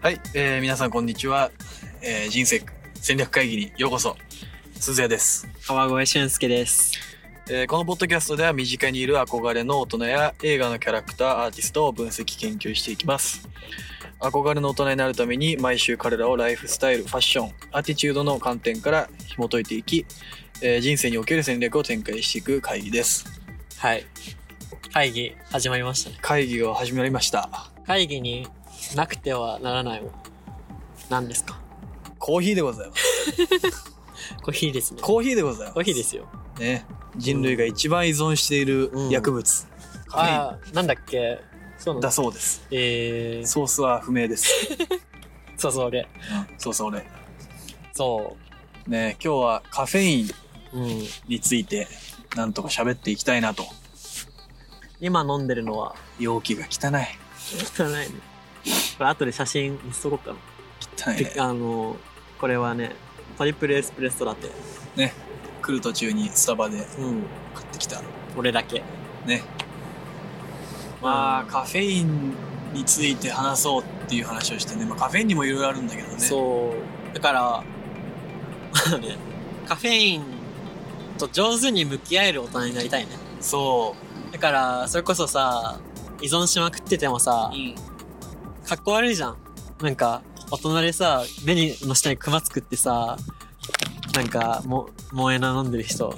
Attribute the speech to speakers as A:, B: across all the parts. A: はい、えー皆さんこんにちは。えー人生戦略会議にようこそ。鈴谷です。
B: 川越俊介です。
A: えーこのポッドキャストでは身近にいる憧れの大人や映画のキャラクター、アーティストを分析研究していきます。憧れの大人になるために毎週彼らをライフスタイル、ファッション、アティチュードの観点から紐解いていき、えー人生における戦略を展開していく会議です。
B: はい。会議始まりましたね。
A: 会議が始まりました。
B: 会議になくてはならないもん。何ですか
A: コーヒーでございます。
B: コーヒーですね。コ
A: コーヒーでございます。
B: ーヒーですよ。
A: ね、人類が一番依存している薬物、カフェイン
B: ああ、なんだっけそうなん
A: だそうです
B: えー、
A: ソースは不明です
B: そうそう、俺。
A: そうそう俺
B: そ
A: ね今日はカフェイン
B: う。うん。
A: についてなんとか喋っていきたいなと
B: 今飲んでるの は、
A: 容器が汚い
B: 汚いね。これ後で写真見せとこうかな。
A: 汚いね
B: てあの、これはね、トリプルエスプレッソラテ。
A: ね来る途中にスタバで
B: うん。
A: 買ってきた
B: 俺だけ。
A: ねまあカフェインについて話そうっていう話をしてね、まあ、カフェインにもいろいろあるんだけどね
B: そう。だから、まあね、カフェインと上手に向き合える大人になりたいね。
A: そ
B: だから、それこそさ、依存しまくっててもさ
A: う、ん
B: かっこ悪いじゃん。なんか、大人でさ、目にの下にクマ作ってさ、なんか、も、萌えな飲んでる人。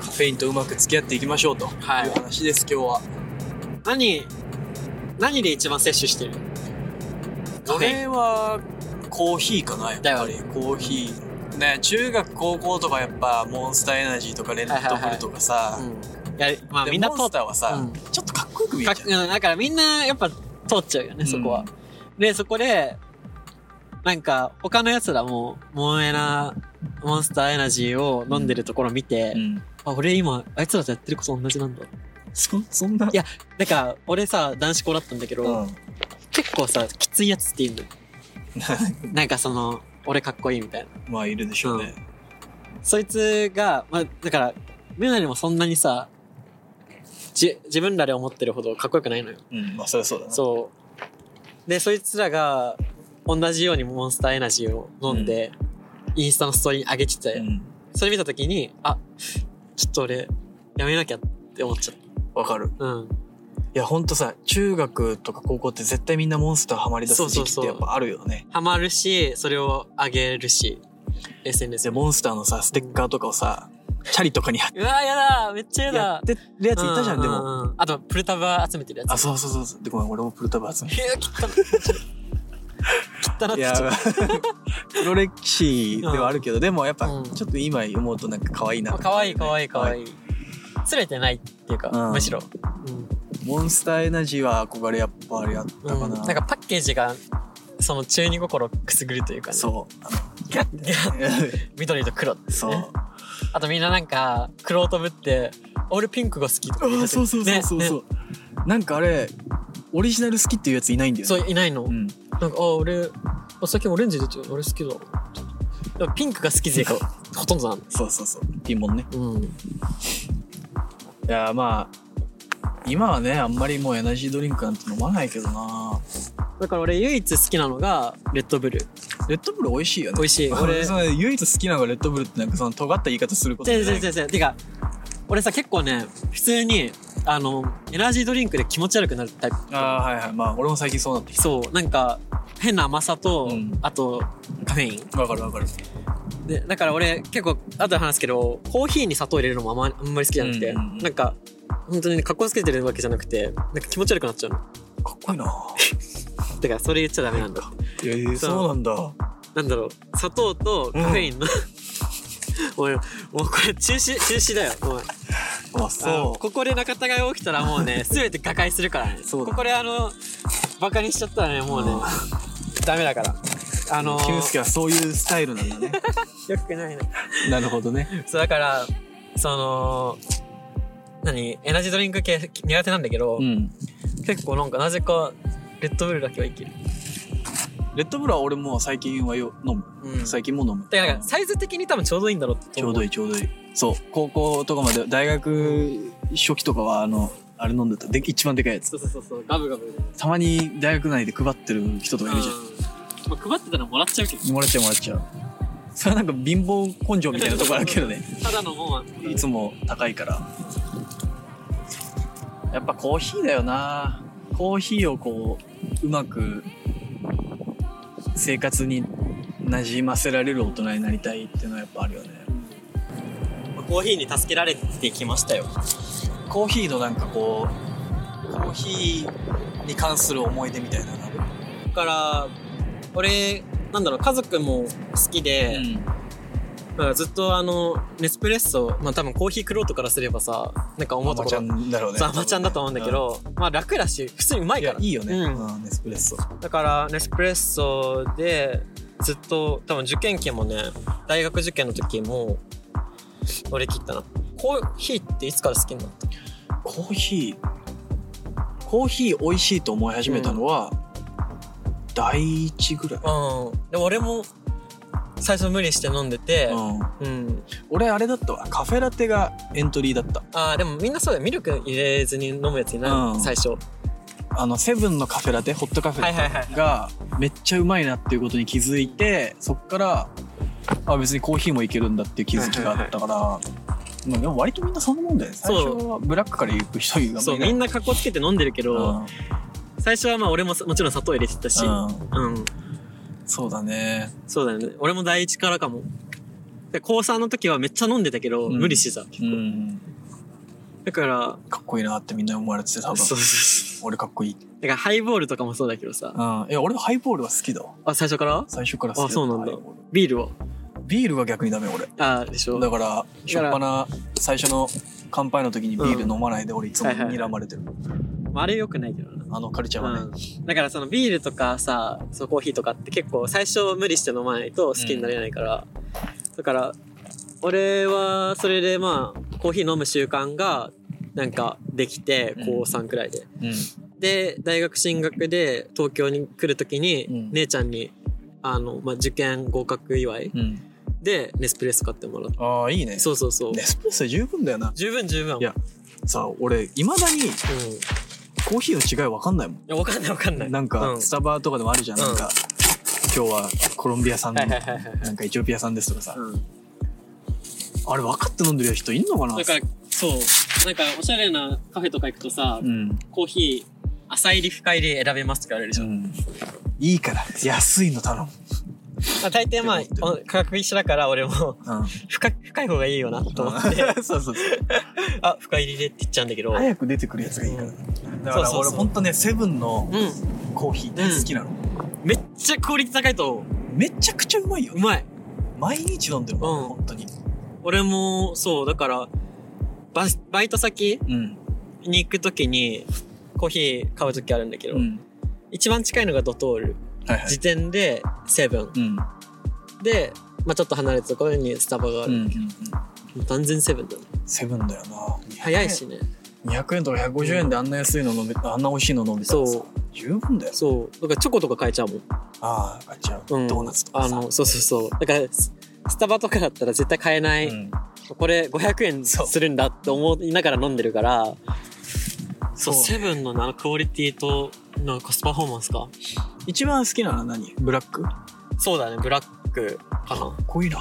A: カフェインとうまく付き合っていきましょうという
B: は
A: 話です今日は
B: 何、何で一番摂取してるカフェイン
A: 俺はコーヒーかなやっぱりコーヒーね中学高校とかやっぱモンスターエナジーとかレッドブルとかさ、
B: うん。いや、まあ
A: で
B: みんな通
A: モンス
B: っ
A: ターはさ、
B: うん
A: ちょっとかっこよく見え
B: か
A: る
B: っ
A: じゃん
B: うんだからみんなやっぱ通っちゃうよね、そこは。で、そこで、なんか他の奴らも、萌えなモンスターエナジーを飲んでるところ見て、
A: うん
B: あ、俺今、あいつらとやってること同じなんだ。
A: そそんない
B: やなんか、俺さ、男子校だったんだけど、
A: うん、
B: 結構さ、きついやつっている のよ。なんかその、俺かっこいいみたいな。
A: まあいるでしょうね、
B: そいつが、まあ、だから、みんなにもそんなにさ、じ、自分らで思ってるほどかっこよくないのよ。
A: うんまあそりゃそうだな
B: そう。で、そいつらが、同じようにモンスターエナジーを飲んで、インスタのストーリーに上げてて、
A: うん
B: それ見たときに、あ、ちょっと俺、やめなきゃって思っちゃっ
A: わかる
B: た。うん。
A: いやほんとさ中学とか高校って絶対みんなモンスターハマりだす時期っ
B: そうそう
A: て
B: そう
A: やっぱあるよね
B: ハマるし、それを上げるし、SNS
A: で
B: でも。
A: モンスターのさステッカーとかをさチャリとかに貼っ
B: うわー、やだーめっちゃや
A: てやっ
B: だ
A: てるやついたじゃん、で
B: う
A: も
B: ううんあと、プルタバ集めてるやつ。
A: あそうそうそうそうでごめん俺もプルタブ集め
B: いや、汚っ。汚っ
A: い
B: て
A: や
B: ちょ っ
A: 黒歴史ではあるけど、でもやっぱ
B: うん
A: ちょっと今思うとなんか可愛いな
B: と。かわいいかわいいかわいい。すれてないっていうか、
A: うん
B: むしろ。うん
A: モンスターエナジーは憧れやっぱりあったかな、
B: うん、なんかパッケージがその中二心をくすぐるというかね
A: そうあ
B: いや
A: の
B: 緑と黒って、ね、
A: そう
B: あとみんななんか黒をぶって俺ピンクが好きとか言
A: あ
B: っ
A: あ
B: て
A: そうそうそうそうそう、
B: ね
A: なんかあれオリジナル好きっていうやついないんだ
B: ね
A: よね
B: そういないの、
A: うん、
B: なんかあ俺あ最近オレンジ出てる俺好きだでもピンクが好き勢がほとんどなの
A: そうそうそうピンモンね
B: うん
A: いやまあ今はねあんまりもうエナジードリンクなんて飲まないけどな
B: だから俺唯一好きなのがレッドブル
A: レッドブル美味しいよね
B: 美味しい 俺
A: その唯一好きなのがレッドブルってなんかその尖った言い方することじゃ
B: 全
A: ない
B: 然全然てか俺さ結構ね普通にあのエナジードリンクで気持ち悪くなるタイプ
A: ああはいはいまあ俺も最近そうなってき
B: そうなんか変な甘さと、
A: うん
B: あとカフェイン
A: たわかるわかる
B: でだから俺結構後で話すけどコーヒーに砂糖入れるのもあんまあんまり好きじゃなくて、
A: うんうんうん
B: なんか本当に格好つけてるわけじゃなくてなんか気持ち悪くなっちゃうの
A: かっこいいな
B: だからそれ言っちゃダメなんだ
A: いやいや
B: そう
A: そうなんだ
B: なんだろう砂糖とカフェインの、 おいもうこれ中止中止だよおい
A: あ
B: あの
A: そ
B: ここで仲違い起きたらも うね全て瓦解するからね
A: そうだ
B: ここであのバカにしちゃったらねもうね、
A: うん
B: ダメだからあの
A: うキュンスケはそういうスタイルなんだね
B: よくないな
A: なるほどね
B: そうだからその何エナジードリンク系苦手なんだけど、
A: うん
B: 結構なんかなぜかレッドブルだけはいける、
A: レッドブルは俺も最近はよ飲む、
B: うん、
A: 最近も飲む
B: だからなんかサイズ的に多分ちょうどいいんだろう
A: ちょうどい
B: い
A: いちょうどいいそう高校とかまで大学初期とかはあのあれ飲んでたで一番でかいやつ
B: そうそうそうそうガブガブ
A: たまに大学内で配ってる人とかいるじゃん、
B: う
C: まあ、配ってたらもらっちゃうけど。
A: もらっちゃうもらっちゃうそれはなんか貧乏根性みたいなとこあるけどね
C: ただのもんは。
A: いつも高いからやっぱコーヒーだよなコーヒーをこううまく生活に馴染ませられる大人になりたいっていうのはやっぱあるよね
B: コーヒーに助けられてきましたよ。
A: コーヒーのなんかこうコーヒーに関する思い出みたいなのある
B: だから、俺、なんだろう、家族も好きで、まあ、ずっとあの、ネスプレッソ、まあ多分コーヒークロートからすればさ、なんか思
A: マ
B: うと
A: マ
B: こ
A: ちゃ
B: ろ、
A: んだろうね
B: そうアマちゃんだと思うんだけ、ど、まあ楽だし、普通にうま
A: うん
B: い
A: い
B: か
A: や
B: ら。
A: いいよね、
B: うん
A: うんエスプレッソ
B: だから、ネスプレッソで、ずっと、多分受験期もね、大学受験の時も、俺切ったな。コーヒーっていつから好きになった
A: コーヒーコーヒー美味しいと思い始めたのは、第一ぐらい、
B: うん。でも俺も、最初無理して飲んでて、
A: うん、
B: うん。
A: 俺あれだったわカフェラテがエントリーだった
B: ああ、でもみんなそうだよ。ミルク入れずに飲むやついない、
A: うん
B: 最初。
A: あのセブンのカフェラテホットカフ
B: はい
A: ェ
B: はいはい。
A: がめっちゃうまいなっていうことに気づいてそっからあ別にコーヒーもいけるんだっていう気づきがあったから、まあでも割とみんなそんなもんだよね最
B: そう
A: 初はブラックから行く人が
B: そう、みん
A: な
B: な格好つけて飲んでるけど、最初はまあ俺もさもちろん砂糖入れてたし、
A: うん、うん
B: うん。
A: そうだね
B: そうだよね。俺も第一からかも。で、高3の時はめっちゃ飲んでたけど、
A: うん
B: 無理してた。
A: うん
B: だから、
A: かっこいいなってみんな思われてて多分
B: そうそうそ
A: 俺かっこいい、
B: う。だからハイボールとかもそうだけどさ。
A: うん、いや俺ハイボールは好きだわ
B: あ、最初から
A: 最初から好き
B: あそうなん
A: ハイ
B: だ
A: ボール
B: ビールを。
A: ビールが逆にダメ俺
B: あーでしょ。
A: だからしょっぱな最初の乾杯の時にビール飲まないで俺いつも
B: はいはい
A: 睨まれてる、
B: まあ、あれ良くないけどな。
A: あのカルチャーはね、
B: うん、だからそのビールとかさそのコーヒーとかって結構最初無理して飲まないと好きになれないから、だから俺はそれでまあコーヒー飲む習慣がなんかできて
A: うん
B: 高3くらいで、
A: うん
B: で大学進学で東京に来る時に、
A: うん
B: 姉ちゃんにあの、まあ、受験合格祝い
A: うん、
B: でネスプレッソ買ってもらっ
A: ああいいね
B: たそうそうそう、
A: ネスプレッソ十分だよな
B: 十分十分
A: いやさあ俺いまだに
B: うんい
A: コーヒーの違い分かんないもん
B: やわかんないわかんない
A: なん
B: う
A: か
B: ん
A: スタバとかでもあるじゃん、
B: うん
A: なんか今日はコロンビア産
B: は
A: の
B: いはいはいはい
A: なんかエチオピア産ですとかさ、
B: うん
A: あれ分かって飲んでる人いんのかな
C: だから、そう。なんか、おしゃれなカフェとか行くとさ、
A: うん、
C: コーヒー、
B: 浅入り深入り選べますって言われるじ
A: う
B: ゃん、
A: ん、いいから安いの頼む、
B: まあ、大抵まあ
A: って思っ
B: お価格一緒だから俺も
A: うん、
B: 深深い方がいいよなと思っ て
A: そうそうそう
B: あ深入りでって言っちゃうんだけど
A: 早く出てくるやつがいいから、だから
B: そうそう
A: 俺
B: そう
A: ほんとねセブンの
B: うん
A: コーヒー大好きなの、
B: めっちゃクオリティ高いと思
A: めちゃくちゃうまいよ
B: ううまい
A: 毎日飲んでるもん、
B: うん
A: 本当に
B: 俺もそうだからバスバイト先
A: うん、
B: に行く時にコーヒー買う時あるんだけど、
A: うん、
B: 一番近いのがドトール
A: はいはい
B: 時点でセブン
A: うん
B: で、まあ、ちょっと離れたところにスタバがあ
A: う
B: る、
A: んうん
B: もう断然セブンだね
A: セブンだよな
B: 早いしね
A: 200円とか150円であんな安いの飲めあんな美味しいの飲めたらさ
B: そう
A: 十分だよ
B: そうだからチョコとか買えちゃうもん
A: ああ買っちゃう、
B: うん
A: ドーナツとか
B: あ
A: さ
B: の、そうそうそう。だから、ススタバとかだったら絶対買えない、
A: うん
B: これ500円
A: そう
B: するんだって思いながら飲んでるから、そう、
A: そう
B: セブンのあのクオリティと、のコストパフォーマンスか。
A: 一番好きなのは何ブラックか
B: そうだね、ブラックかな。
A: っこいいな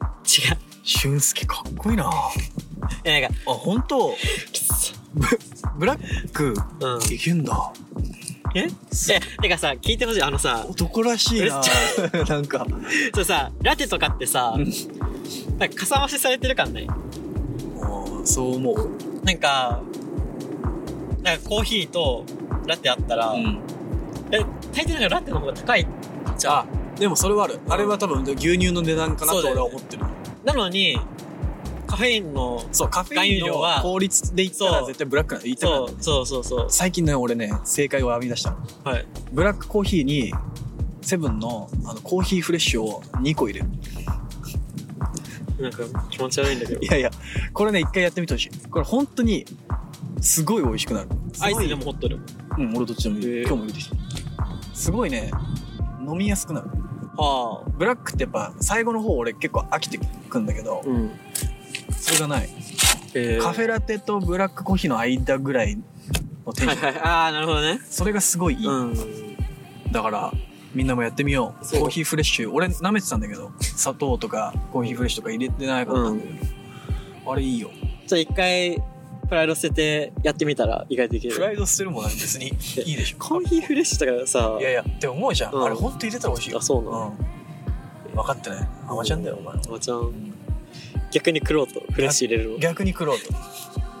B: 違う。
A: 俊介かっこいいなあ
B: え、なんか、
A: 本当ブブラック
B: うん。
A: いけんだ
B: ええ、てかさ、聞いてほしい。あのさ、
A: 男らしいななん か
B: そうさ、ラテとかってさ
A: うん、
B: なんか、かさ増しされてる感ない
A: うんそう思う、
B: なんか、なんかコーヒーとラテあったら、
A: ん、
B: え、大抵なんかラテの方が高いじゃん。
A: でもそれはあるあれは多分牛乳の値段かなと
B: そうだ
A: 俺
B: よね
A: は思ってる
B: なのに、カフェインの、
A: そうカフェイン
B: 含有量
A: の
B: は
A: 効率で言ったら
B: そう
A: 絶対ブラックなんて言って
B: そ、
A: ないう
B: そうそうそう。
A: 最近ね俺ね正解を編み出したの
B: はい。
A: ブラックコーヒーにセブンのあのコーヒーフレッシュを2個入れる
B: なんか気持ち悪いんだけど
A: い。やいやこれね一回やってみてほしいこれ本当にすごい美味しくなる
B: アイスで
A: も
B: もホットでも。
A: うん俺どっちでもいい、
B: へえ
A: 今日も入れてきたすごいね飲みやすくなる
B: は
A: ブラックってやっぱ最後の方俺結構飽きてくんだけど
B: あ。うん。
A: それがない
B: え
A: カフェラテとブラックコーヒーの間ぐらいのテンション
B: はいはい。ああ、なるほどね。
A: それがすごいいい、
B: うん。
A: だからみんなもやってみよう
B: そう
A: コーヒーフレッシュ俺舐めてたんだけど砂糖とかコーヒーフレッシュとか入れてなかったんだけど、あれいいよ
B: じゃあ一回、プライド捨ててやってみたら意外といけ
A: プ
B: る。
A: ライドするもんなん別にいいでしょ
B: コーヒーフレッシュだからさ
A: い、やいやって思うじゃん、
B: うん
A: あれほんと入れたら美味しいよ
B: あ、そうなの。
A: うん分かってないアマちゃんだよお前
B: おばちゃん。逆にクローとフレッシュ入れるの。
A: 逆に食ろうと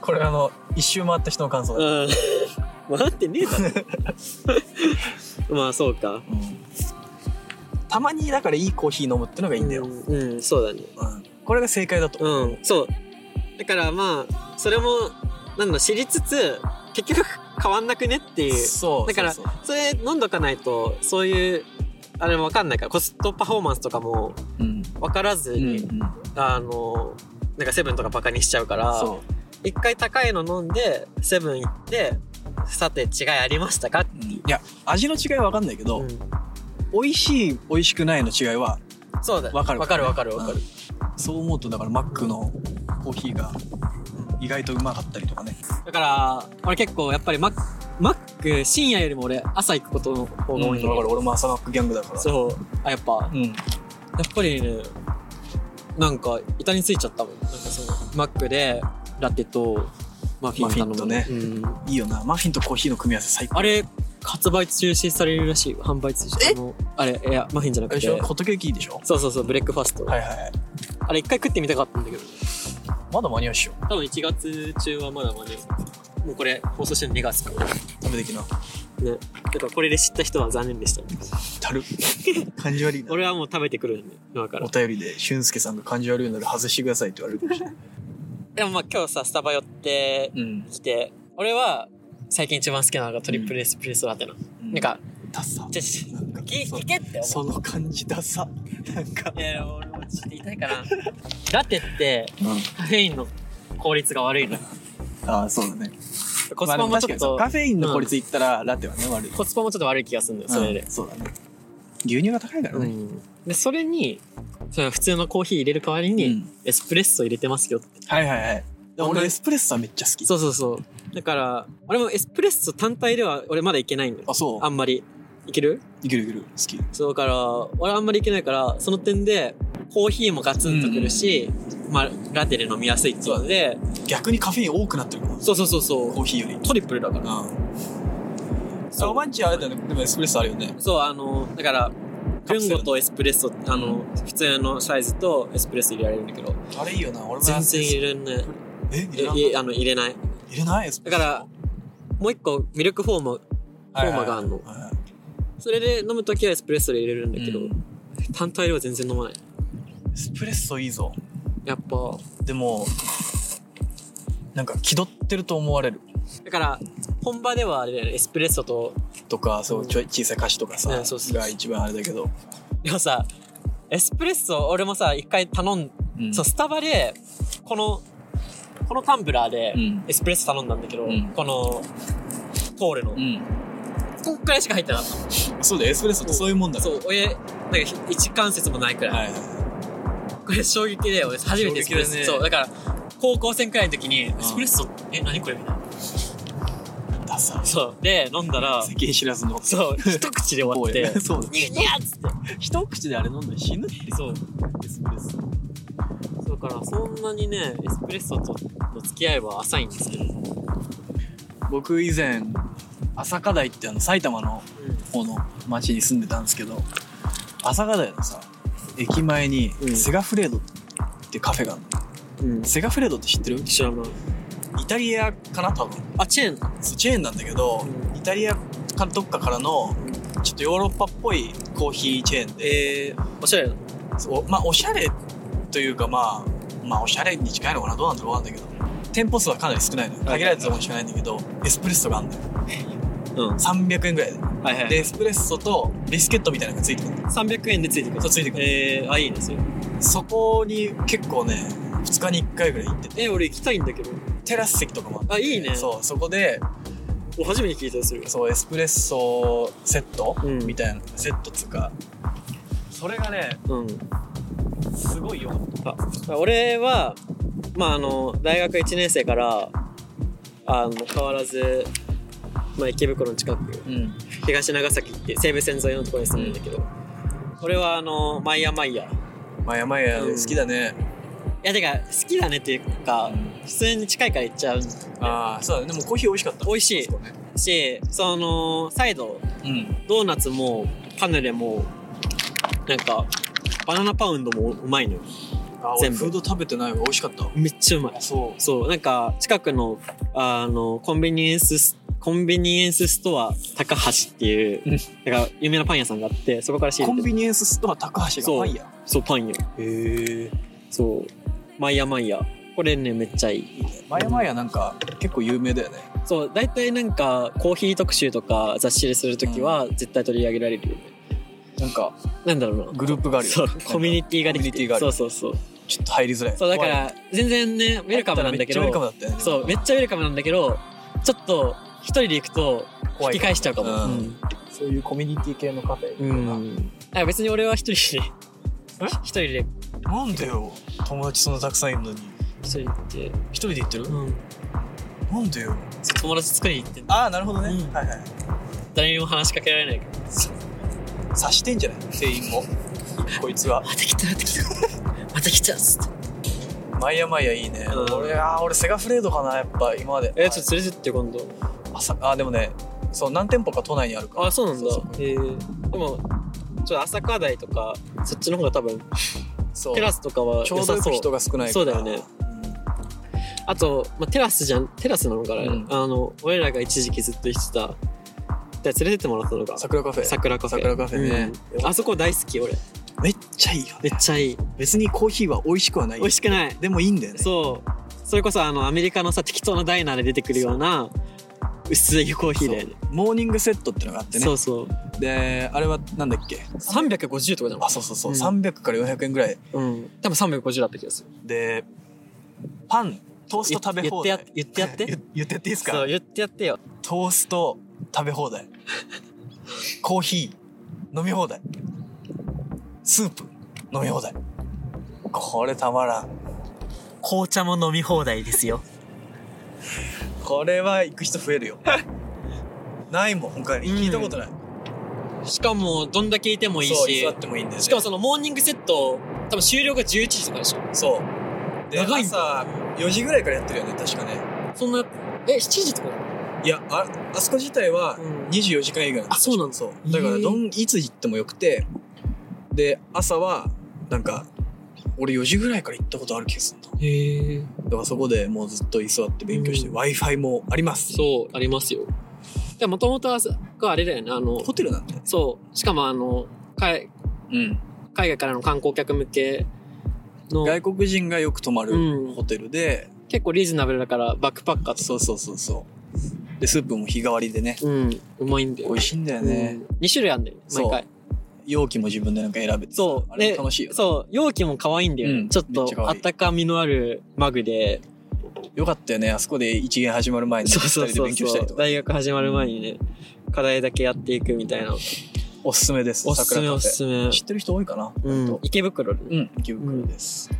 A: これあの一周回った人の感想だ、
B: うん。 待ってねえだろ。まあそうか。
A: うんたまにだからいいコーヒー飲むってのがいいんだよ、
B: うん、うんそうだね。
A: うんこれが正解だと、
B: うん、そう。だからまあ、それも、なんだ、知りつつ、結局変わんなくねっていう。
A: そう
B: だから
A: そうそう
B: それ飲んどかないと、そういう、あれもわかんないから、コストパフォーマンスとかも
A: うん
B: わからず
A: うんう
B: に、
A: ん
B: あの、なんかセブンとかバカにしちゃうから、
A: そ
B: 一回高いの飲んで、セブン行って、さて違いありましたか
A: う、うんいや味の違いは分かんないけど、
B: うん
A: 美味しい美味しくないの違いは
B: そうだよ
A: 分かる
B: わかるわかるわかる。
A: そう思うとだからマックのコーヒーが意外とうまかったりとかね
B: だから、俺結構やっぱりマック、マック深夜よりも俺朝行くことの方が多いんだけ
A: だ
B: ど
A: から俺も朝マックギャングだから
B: そう。あ、やっぱ、
A: うん、うん
B: やっぱりね、なんか、板についちゃったもん。なんかその、マックで、ラテと、マフィン頼むの
A: マフ
B: うん
A: いいよなマフィンとコーヒーの組み合わせ最高
B: あれ、発売中止されるらしいよ。販売中止。あの、あれ、いや、マフィンじゃな
A: あ
B: く
A: れで
B: て
A: し。ょホットケーキいいでしょ
B: そうそうそう、ブレックファスト。
A: はいはいはい
B: あれ、一回食ってみたかったんだけど、
A: まだ間に合うっしょ
B: 多分1月中はまだまだ、もうこれ、放送してるの2月か。
A: 食べてきな
B: ね。だから、これで知った人は残念でした、ね。
A: たる 感じ悪いな
B: 俺はもう食べてくるんで、今から
A: お。便りで俊介さんが感じ悪いので外してくださいって言われるかもしれない
B: でもまあ、今日さ、スタバ寄って
A: うん
B: きて、俺は、最近一番好きなのがトリプルエスプレッソラテな。なんか、
A: ダサ
B: ちょちょ、
A: なんか
B: 聞
A: そ
B: 聞けって
A: そ
B: 思う。
A: の感じダサなんか
B: いや、俺もちょっと言いたいかな。ラテって、
A: うん
B: カフェインの効率が悪いのよ。
A: ああそうだね
B: コ
A: まあ
B: スパもちょっと、
A: でも確かにそうカフェインの効率いったらラテはね悪い
B: コスパもちょっと悪い気がするんだよ、それ
A: う
B: で
A: ん。そうだね牛乳が高いから
B: う
A: ね
B: ん。で、それに、その普通のコーヒー入れる代わり
A: う
B: に、
A: ん
B: エスプレッソ入れてますよって。
A: はいはいはいでも
B: 同
A: 俺
B: じ
A: エスプレッソはめっちゃ好き
B: そうそうそう。だから、俺もエスプレッソ単体では俺まだいけないんだよ。
A: あそう
B: あんまり。いける
A: いけるいける好き
B: そうだから、俺あんまりいけないから、その点で、コーヒーもガツンとくるし、まあ、ラテで飲みやすいっていうので、
A: 逆にカフェイン多くなってるから
B: そうそうそうそう
A: コーヒーよりうん
B: トリプルだから。
A: あおまんちあれだよねでもエスプレッソあるよね
B: そう、あの、だから、
A: カプ
B: ル
A: セ
B: ン
A: ル
B: ゴとエスプレッソ、あの、普通のサイズとエスプレッソ入れられるんだけど、
A: あれいいよな俺も
B: 全然入れない。
A: え
B: え
A: 入れなかっ
B: いえあの、入れない。
A: た入れないエスプレッ
B: だか
A: ソ
B: ら、もう一個、ミルクフォーム、
A: はいはい
B: フォーマがあんの
A: はいはい
B: それで飲むときはエスプレッソで入れるんだけど、
A: うん
B: 単体では全然飲まない。
A: エスプレッソいいぞ
B: やっぱ、
A: でもなんか気取ってると思われる
B: だから、本場ではあれだよね、エスプレッソと、
A: とかそうちょい小さい歌詞とかさ
B: ねそうそう
A: が一番あれだけど
B: でもさ、エスプレッソ、俺もさ、一回頼ん、
A: うん
B: そう、スタバで、この、このタンブラーで
A: う、ん
B: エスプレッソ頼んだんだけど、
A: うん
B: この、ポールの
A: う。ん
B: こんくらいしか入ってなかった
A: そうだよエスプレッソってそういうもんだから
B: そう、俺、なんか一関節もないくらい。
A: はいはいは
B: これ衝撃で、俺初めてエスプレッソ、
A: 衝撃だね
B: そう、だから、高校生くらいの時に、エスプレッソ、え、何これみたいな。
A: いダサ
B: そう。で、飲んだら、
A: 世間知らずの
B: そう、一口で終わっ
A: こうや
B: て
A: ね、そうだ
B: いやっつって。
A: 一口であれ飲んで死ぬって
B: そう。
A: エスプレッソ
B: そうだから、そんなにね、エスプレッソとの付き合いは浅いんですけど。
A: 僕以前朝霞台ってあの埼玉の方の町に住んでたんですけど朝霞台のさ駅前に
B: うん
A: セガフレードってカフェがあるの、
B: うん。
A: セガフレードって知ってる
B: 知らない。
A: イタリアかな多分
B: あ、チェーン
A: そうチェーンなんだけど、
B: うん
A: イタリアかどっかからのちょっとヨーロッパっぽいコーヒーチェーンで、
B: えー、おしゃれな。
A: そうまあおしゃれというかまあまあおしゃれに近いのかなどうなんだろうわかんないけど店舗数はかなり少ないのよ限られたところしかないんだけどエスプレッソがあるんだよ
B: うん。
A: 300円ぐらいで
B: はい
A: で
B: はで、
A: エスプレッソとビスケットみたいなのがついてくるの
B: 300円でついてくる
A: そう。ついてくる
B: えー、あ、いいね、それ。
A: そこに結構ね2日に1回ぐらい行ってて
B: え、俺行きたいんだけど。
A: テラス席とかもあって
B: あ、いいね。
A: そうそこで
B: 俺初めて聞いたりする。
A: そうエスプレッソセット、
B: うん
A: みたいなセットっつうかそれがね
B: うん。
A: すごいよ
B: 俺は、まあ、あの、大学1年生から、あの、変わらず、まあ、池袋の近く
A: うん
B: 東長崎って西武線沿いのところに住んでんだけど、俺はあの毎夜毎夜い
A: まあやまや好きだね。
B: やてか好きだねっていうか普通に近いから行っちゃう
A: ああ、そうだね。でもコーヒー美味しかった。
B: 美味しい
A: そうね
B: しそのサイド
A: うん。
B: ドーナツもカヌレもなんかバナナパウンドもうまいのよ
A: あ、俺
B: 全部
A: フード食べてないわ。美味しかった。
B: めっちゃうまい
A: そ
B: そうなんか近くのあのコンビニエンススコンビニエンスストア高橋っていう
A: うん
B: なんか有名なパン屋さんがあってそこから仕
A: う。コ
B: 入
A: ン
B: れてる
A: ビニエンスストア高橋が
B: そう
A: パンや。
B: そうパンよ
A: へえ。
B: そう毎夜毎夜これねめっちゃいい
A: まやまやなんか結構有名だよね。
B: そう大体なんかコーヒー特集とか雑誌でするときは絶対取り上げられるよね、
A: なんか
B: なんだろうな
A: グループがあるよ。
B: そう
A: なんか
B: コミュニティがで
A: コ
B: き
A: ミュニテ
B: て
A: ィがある
B: そうそうそう
A: ちょっと入りづらい。
B: そうだから全然ねウ
A: 怖い、
B: ェルカムなんだ
A: め
B: け
A: っちゃウェ
B: ど
A: ルカムだったよね。
B: そうめっちゃウェルカムなんだけどちょっと一人で行くと引
A: 怖い
B: き返しちゃうかも
A: う
B: うん
A: んそういうコミュニティ系のカフェ。
B: うん。だから別に俺は一人で
A: え、
B: 一人で、
A: なんでよ。友達そんなたくさんいるのに。
B: 一人で行って、
A: 一人で行ってる
B: うん。
A: なんでよ。
B: そう友達作りに行って、
A: ああ、なるほどね。
B: うん
A: はいはい。
B: 誰にも話しかけられないから。
A: 察してんじゃない店員も。こいつは。
B: また来た、また来た。また来たっつって。
A: マイヤマイヤいいね。
B: うん
A: 俺、あー俺セガフレードかな、やっぱ今まで。
B: え、ちょっと連れてって今度。
A: 朝あーでもね、そう、何店舗か都内にあるから。
B: あ、そうなんだ
A: そう。
B: えー、でも、ちょっと朝課題とか、そっちの方が多分、
A: そう
B: テラスとかは
A: ちょう
B: 良
A: ど
B: さ
A: よく
B: そう。
A: 人が少ないから。
B: そうだよねあと、まあ、テラスじゃん、テラスなのかな、
A: うん
B: あの、俺らが一時期ずっと行ってた、で連れてってもらったの
A: う
B: が
A: ん。、桜カフェ。
B: 桜カフェ。
A: 桜カフェね
B: うんあそこ大好き、俺。
A: めっちゃいいよ
B: め
A: ね。
B: っちゃいい。
A: 別にコーヒーは美味しくはない
B: 美味しくない。
A: でもいいんだよね。
B: そうそれこそあのアメリカのさ適当なダイナーで出てくるような薄いコーヒーだよね
A: モーニングセットってのがあってね
B: そうそう
A: であれはなんだっけ
B: 350とかじゃ
A: あそうそうそう、
B: うん
A: 300から400円ぐらい
B: ん、うん、多分350だった気がする
A: でパントースト食べ放題
B: 言ってやって言ってや
A: 言
B: って
A: 言ってっていいです
B: そ
A: か
B: う言ってやってよ
A: トースト食べ放題コーヒー飲み放題スープ飲み放題これたまらん
B: 紅茶も飲み放題ですよ
A: これは行く人増えるよないもん他に
B: うん
A: 聞いたことない、
B: しかもどんだけいてもいい
A: そう
B: し
A: 座ってもいいんだよ、ね、
B: しかもそのモーニングセット多分終了が11時とかでしょ
A: そうで
B: 長いん
A: 朝4時ぐらいからやってるよね確かね
B: そんなえ7時とか
A: いやああそこ自体は
B: うん
A: 24時間営業なんです
B: あそうなんだ
A: そうだからどんいつ行ってもよくてで朝はなんか俺4時ぐらいから行ったことある気がするんだ
B: へえ
A: だからそこでもうずっと居座って勉強して、
B: うん
A: w i f i もあります
B: そうありますよでもともとはあれだよねあの
A: ホテルなんで
B: そうしかもあの海
A: うん
B: 海外からの観光客向けの
A: 外国人がよく泊まる
B: うん
A: ホテルで、
B: 結構リーズナブルだからバックパッカーと
A: そうそうそうそうでスープも日替わりでね
B: うんうまいんだよ
A: 美味しいんだよね、
B: うん、2種類あんだよね毎回
A: 容器も自分でなんか選べて
B: そう
A: あれ
B: で
A: も楽しいよ
B: そう容器も可愛いんだよね、
A: うん
B: ちょっ
A: めっちゃ可
B: とあ
A: 愛い
B: ったかみのあるマグで
A: よかったよねあそこで一元始まる前に
B: そ
A: 二
B: うそ
A: 人
B: う
A: で
B: そう
A: 勉強した
B: そ
A: りと
B: う
A: か
B: 大学始まる前にね課題だけやっていくみたいな
A: おすすめです
B: おすすめ
A: 桜カ
B: お
A: フェ
B: すすめ
A: 知ってる人多いかな、
B: うん、池袋でね、
A: うん、池袋です、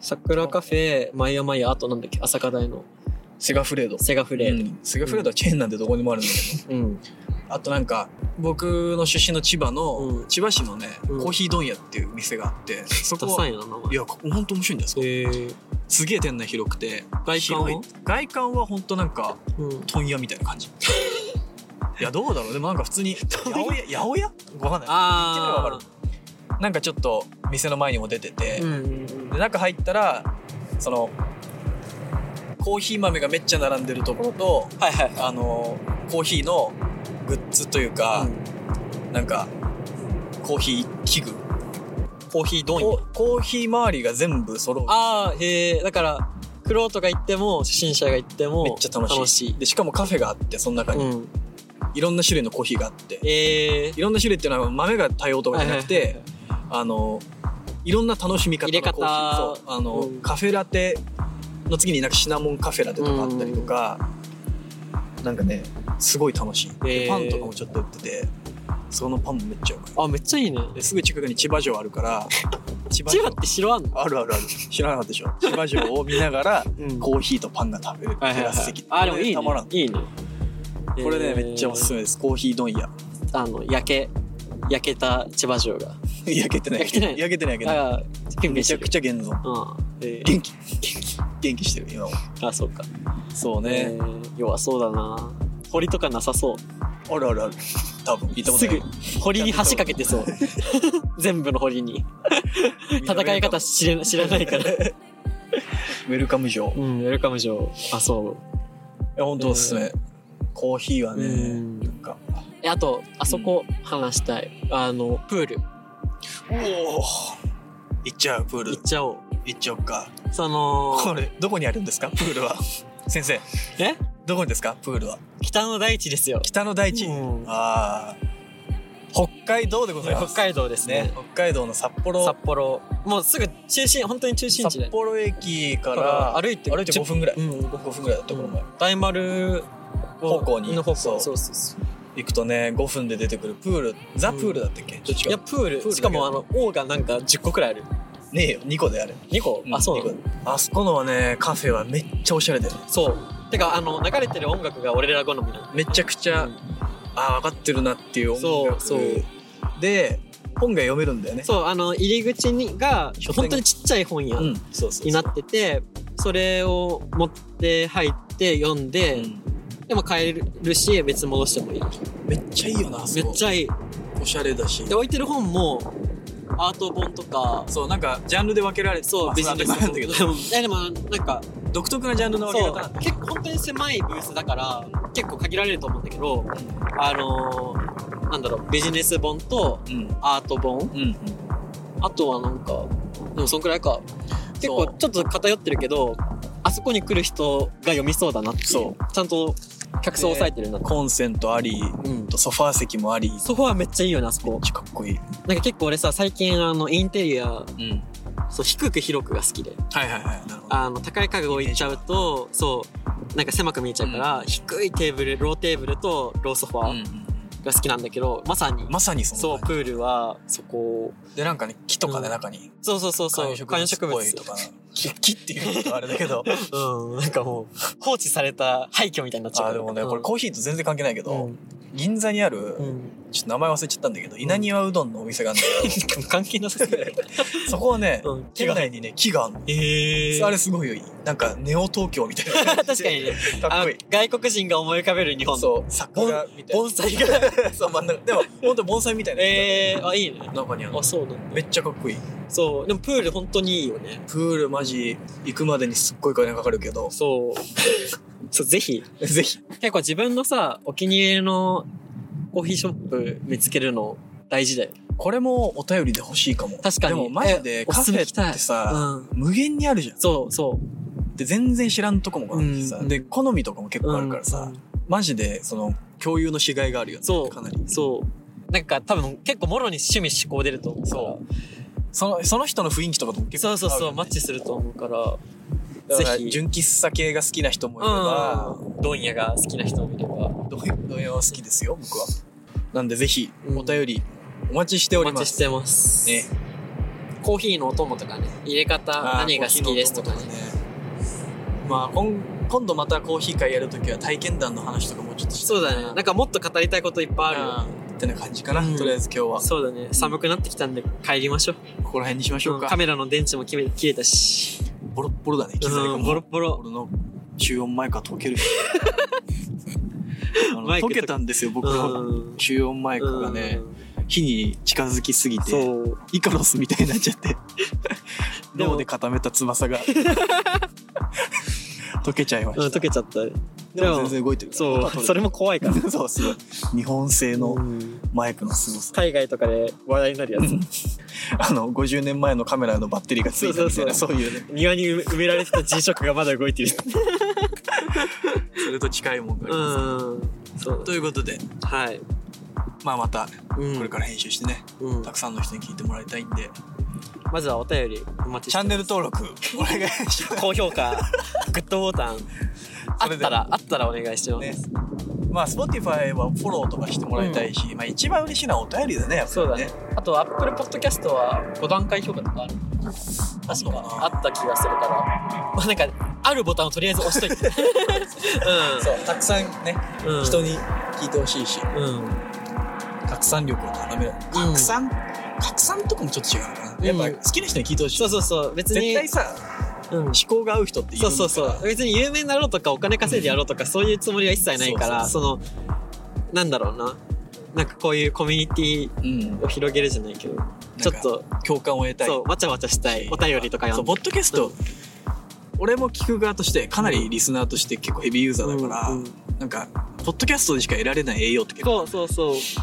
B: 桜カフェ、マイアマイア、あとなんだっけ、朝課題の
A: セガフレード
B: セガフレ
A: う
B: ー
A: ん、セガフレードはチェーンなんてどこにもあるんだけ
B: ド。うん。
A: ど、あとなんか僕の出身の千葉の、
B: うん
A: 千葉市のね、
B: うん
A: コーヒー問屋っていう店があ ってそこ
B: ダ
A: は
B: サい
A: い
B: な、名
A: やほんと面白いんだよそこ
B: 前。へえ。
A: すげえ店内広くて
B: 外観は
A: 広い外観はほんとなんか
B: うん。
A: 問屋みたいな 感じいやどうだろうでもなんか普通に八
B: 問
A: 百屋八百屋わかんな
B: あ
A: いなんかちょっと店の前にも出てて、
B: ー。うんうん
A: で中入ったらそのコーヒー豆がめっちゃ並んでるところと
B: うん。はいはい。
A: あのコーヒーのグッズというか、なんかコーヒー器具
B: コーヒーど
A: ココーヒー周りが全部揃う
B: ああ、へえ、だから、クロートが行っても、初心者が行っても、
A: めっちゃ楽しいでしかもカフェがあってその中に、
B: うん。
A: いろんな種類のコーヒーがあって
B: ええ
A: いろんな種類っていうのは豆が多様とかじゃなくて、あのいろんな楽しみ方の
B: 入れ方
A: コーヒーそうあの、
B: うん
A: カフェラテの次になんかシナモンカフェラテとかあったりとか、なんかねすごい楽しい、で
B: へー
A: パンとかもちょっと売っててそのパンもめっちゃうまい
B: あ、めっちゃいいね。
A: ですぐ近くに千葉城あるから 千
B: 千葉って城あんの
A: あるあるある知らなかったでしょ千葉城を見ながら
B: うん
A: コーヒーとパンが食べれる
B: はい
A: テ
B: はい
A: ラス
B: はい
A: 席、
B: あ、でもいい
A: これたまら
B: ね
A: ん。
B: いいね。
A: これね、めっちゃおすすめです。コーヒー問屋。
B: あの、焼け、焼けた千葉城が。
A: 焼けてない。
B: 焼けてない
A: 焼けてないけど。
B: ああ、ピンピン
A: めち
B: し
A: ゃ
B: て
A: く
B: る。
A: ちゃ現存。
B: うん。え
A: 元気。元気してる、今も。
B: ー、あ、そうか。
A: そう
B: え
A: ね。
B: ー、弱そうだな。堀とかなさそう。
A: あるあるある。多分、行ったこ
B: す
A: とな
B: ぐ
A: い。、
B: 堀に橋かけてそう。 全部の堀に。戦い方知れ知らないから。
A: ウェルカム城。い
B: うん、ウェルカム城。あ、そう。
A: や、ほんとおすすめ。コーヒーは
B: う
A: ね、
B: ん
A: なんか。
B: えあと、あそこ話したい。あの、プール。
A: おお行っちゃう、プール
B: 行っ。ちゃおう。
A: 行っちゃおうか。
B: その、
A: これ、どこにあるんですか、プールは。先生。
B: え
A: どこにですか、プールは。
B: 北の大地ですよ。
A: 北の大地。
B: うん
A: ああ。北海道でござい
B: 北
A: ます。
B: 海道ですね
A: ね。北海道の札幌。
B: 札幌。もうすぐ中心、本当に中心地で。
A: 札幌駅か
B: からら歩いて
A: 歩いて5分ぐらい、
B: うん
A: 5 5分ぐらいだったこの前
B: 大丸
A: 方向に
B: の方向
A: そう
B: そうそうそう
A: 行くとね5分で出てくるプールザ・プールだったっけ、どっち
B: いや
A: か
B: プール
A: プールだけ
B: しかもあの王がなんか10個くらいある
A: ねえよ2個であれ、
B: 2個、あそうな
A: 二
B: の
A: 個あそこのはねカフェはめっちゃおしゃれで
B: そうてかあの流れてる音楽が俺ら好みなの
A: めちゃくちゃ、
B: うん
A: ああ分かってるなっていう音楽
B: そうそう
A: で本が読めるんだよね
B: そうあの入り口にが
A: 書店
B: 本当にちっちゃい本屋
A: んそうそうそう
B: になっててそれを持って入って読ん
A: う
B: で、
A: ん
B: でも買えるし別に戻してもいい
A: めっちゃいいよなあそ
B: め
A: こ
B: っちゃいい
A: おしゃれだし
B: で置いてる本もアート本とか
A: そうなんかジャンルで分けられて
B: そうビジネス
A: なんだけど
B: 本とか えでもなんか
A: 独特なジャンルの分け方
B: そう
A: なんだ
B: 結構本当に狭いブースだから結構限られると思うんだけどあのー、なんだろうビジネス本と
A: うん
B: アート本
A: うんうん
B: あとはなんかでもそんくらいか結
A: そ
B: 構
A: う
B: ちょっと偏ってるけどあそこに来る人が読みそうだなっていう
A: そ
B: ちゃんと客層を抑えてるなって、
A: コンセントあり
B: うん、
A: ソファー席もあり
B: ソファーめっちゃいいよねあそこ
A: かっこいい、
B: なんか結構俺さ最近あのインテリア
A: うん、
B: そう低く広くが好きで
A: はいはいはいなるほど
B: あの高い家具置いちゃうとそうなんか狭く見えちゃうから、低いテーブルローテーブルとローソファー、
A: うん
B: が好きなんだけどまさに
A: まさにその
B: そうプールはそこを
A: でなんかね木とかね、
B: うん
A: 中に
B: そうそうそうそう
A: 観葉植物っぽい
B: 観
A: とかな木木っていうのはあれだ けど
B: 物うんなんかもう放置された廃墟みたいになっちゃう
A: あ
B: か
A: で
B: ら
A: もね
B: うん
A: これコーヒーと全然関係ないけど、
B: うん
A: 銀座にある
B: うん
A: ちょっと名前忘れちゃったんだけど稲庭うどんのお店があるんだけ
B: 関係なさすぎる
A: どそこはね、
B: うん
A: 店内にね木があるの
B: ええ
A: あれすごいよいいなんかネオ東京みたい な
B: 確かにね
A: かっこいい
B: あ外国人が思い浮かべる日本
A: そう桜みたい
B: 盆栽が
A: な そう真ん中でも本当盆栽みたいな
B: ええあいいね
A: 中にあるの
B: あそうなんだ
A: めっちゃかっこいい
B: そうでもプール本当にいいよね
A: プールマジ行くまでにすっごい金かかるけど
B: そうそう ぜひ
A: ぜひ
B: 結構自分のさお気に入りのコーヒーショップ見つけるの大事だよ
A: これもお便りで欲しいかも
B: 確かに
A: でもマジで
B: お
A: カ
B: すす
A: フ
B: め
A: ェ
B: 聞きた
A: っ
B: い
A: てさ、
B: うん
A: 無限にあるじゃん
B: そうそう。
A: で全然知らんとこもあるしさ、
B: うん
A: で好みとかも結構あるからさ、
B: うん
A: マジでその共有のしがいがあるよね
B: そう
A: かなり
B: そう。なんか多分結構もろに趣味思考出ると思うから。
A: そのその人の雰囲気とかとも結構
B: そ
A: 合
B: うそうそう、マッチすると思うから。ぜ
A: ぜひ
B: ひ。
A: 純喫茶系が好きな人もいれば、
B: うん。ドンヤが好きな人もいれば。
A: どうどういうのは好きですよ僕はなんでぜひ
B: うん
A: お便りお待ちしてお
B: お
A: りま
B: 待ちし
A: す、
B: てます。
A: ね。
B: コーヒーのお供とかね、入れ方
A: あー
B: 何が好きですとかね
A: コ。ーヒーのお供とかねまあ今今度またコーヒー会やるときは体験談の話とかもちょっとして
B: そうだね。なんかもっと語りたいこといっぱいあるよね。
A: ってな感じかな、
B: うん
A: とりあえず今日は
B: そうだね。寒くなってきたんで帰りましょう。
A: ここら辺にしましょうか、
B: カメラの電池も切れ切れたし。
A: ボロッボロだね機材が
B: うん、ボロッボロ。
A: 俺の中音マイクは溶けるあの
B: マイク
A: 溶けたんですよ僕の
B: うん。
A: 中音マイクがね火に近づきすぎ
B: うん。そ
A: て
B: う。
A: イカロスみたいになっちゃって
B: でも
A: 脳で固めた翼 が溶けちゃいま
B: うん、
A: し
B: 溶
A: た
B: けちゃった。で
A: でも
B: も
A: 全然動いてる
B: そう、それ
A: も
B: も怖いから。
A: そうすごい日本製の
B: うん
A: マイクのすごさ
B: 海外とかで話題になるやつ。
A: あの50年前のカメラのバッテリーがついたみたいな
B: そ
A: そういうね
B: 庭に埋められてた G ショックがまだ動い てる。
A: それと近いもんがあ
B: う
A: ります、
B: ん。そう。
A: ということで、
B: はい。
A: まあ、また
B: うん
A: これから編集してね、
B: うん
A: たくさんの人に聞いてもらいたいんで
B: まずはお便りお待ちしてます。
A: チャン ネル登録お願いしま
B: 高評価、グッドボタン。あ
A: そ
B: っ
A: れで
B: たら、あったらお願いしますす。
A: ねまあ Spotify はフォローとかしてもらいたいし、まあ一番嬉しいのはお便りだねやっぱ
B: そう
A: り
B: だね。あと、Apple Podcast は5段階評価とかある。確か、あった気がするから。まあなんか、あるボタンをとりあえず押し といて。
A: そうたくさんね、
B: うん。うん。
A: 人に聞いてほしいし
B: うん。
A: 拡散力を高める拡散、拡散とかもちょっと違うのかな、
B: うん
A: やっぱ好きな人に聞いてほしい
B: そうそうそう。別
A: 絶
B: に。
A: 対さ
B: うん。
A: 思考が合う人っているん
B: そ
A: だ
B: うそうそう。別に有名になろうとかお金稼いでやろうとかそういうつもりは一切ないから、
A: そ
B: その、なんだろうな。なんかこういうコミュニテ
A: う、うん
B: ィ、を広げるじゃないけど、ちょっと、
A: 共感を得たい
B: そう、わちゃわちゃしたい。お便りとか
A: そ
B: 読
A: うん
B: で
A: ポ。ッドキャスト、俺も聞く側としてかなりリスナーとして結構ヘビーユーザーだから、
B: うんうん
A: なんかポッドキャストでしか得られない栄養って結構
B: そうそうそう。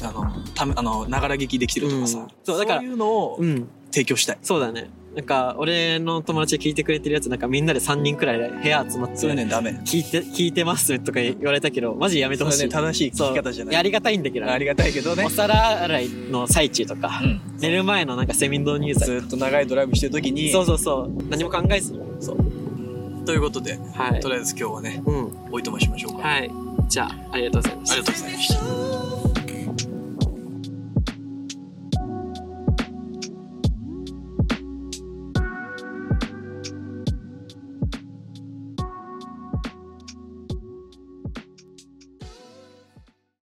A: あのためあのながら聞きできてるとかさ、
B: うんそうだから
A: いうのを
B: うん。
A: 提供したい、
B: そうだね。なんか、俺の友達が聞いてくれてるやつ、なんかみんなで3人くらいで部屋集まって、
A: そういうのはダメ
B: 聞いて、聞いてますとか言われたけど、マジやめて
A: それ
B: ほし
A: ね
B: い。
A: 正しい聞
B: そう
A: き方じゃない
B: やりがたいんだけどね、
A: ありがたいけどね
B: お、皿洗いの最中とか、
A: うん
B: 寝る前のなんかセミン導入
A: ず
B: 剤。
A: ーっと長いドライブしてる時に
B: そうそうそう。何も考えずに。そう。
A: ということで
B: はい
A: と。りあえず今日はね
B: うん。
A: おいとましましょうか、
B: はい。じゃあ、ありがとうございました。
A: ありがとうございました
D: Ooh,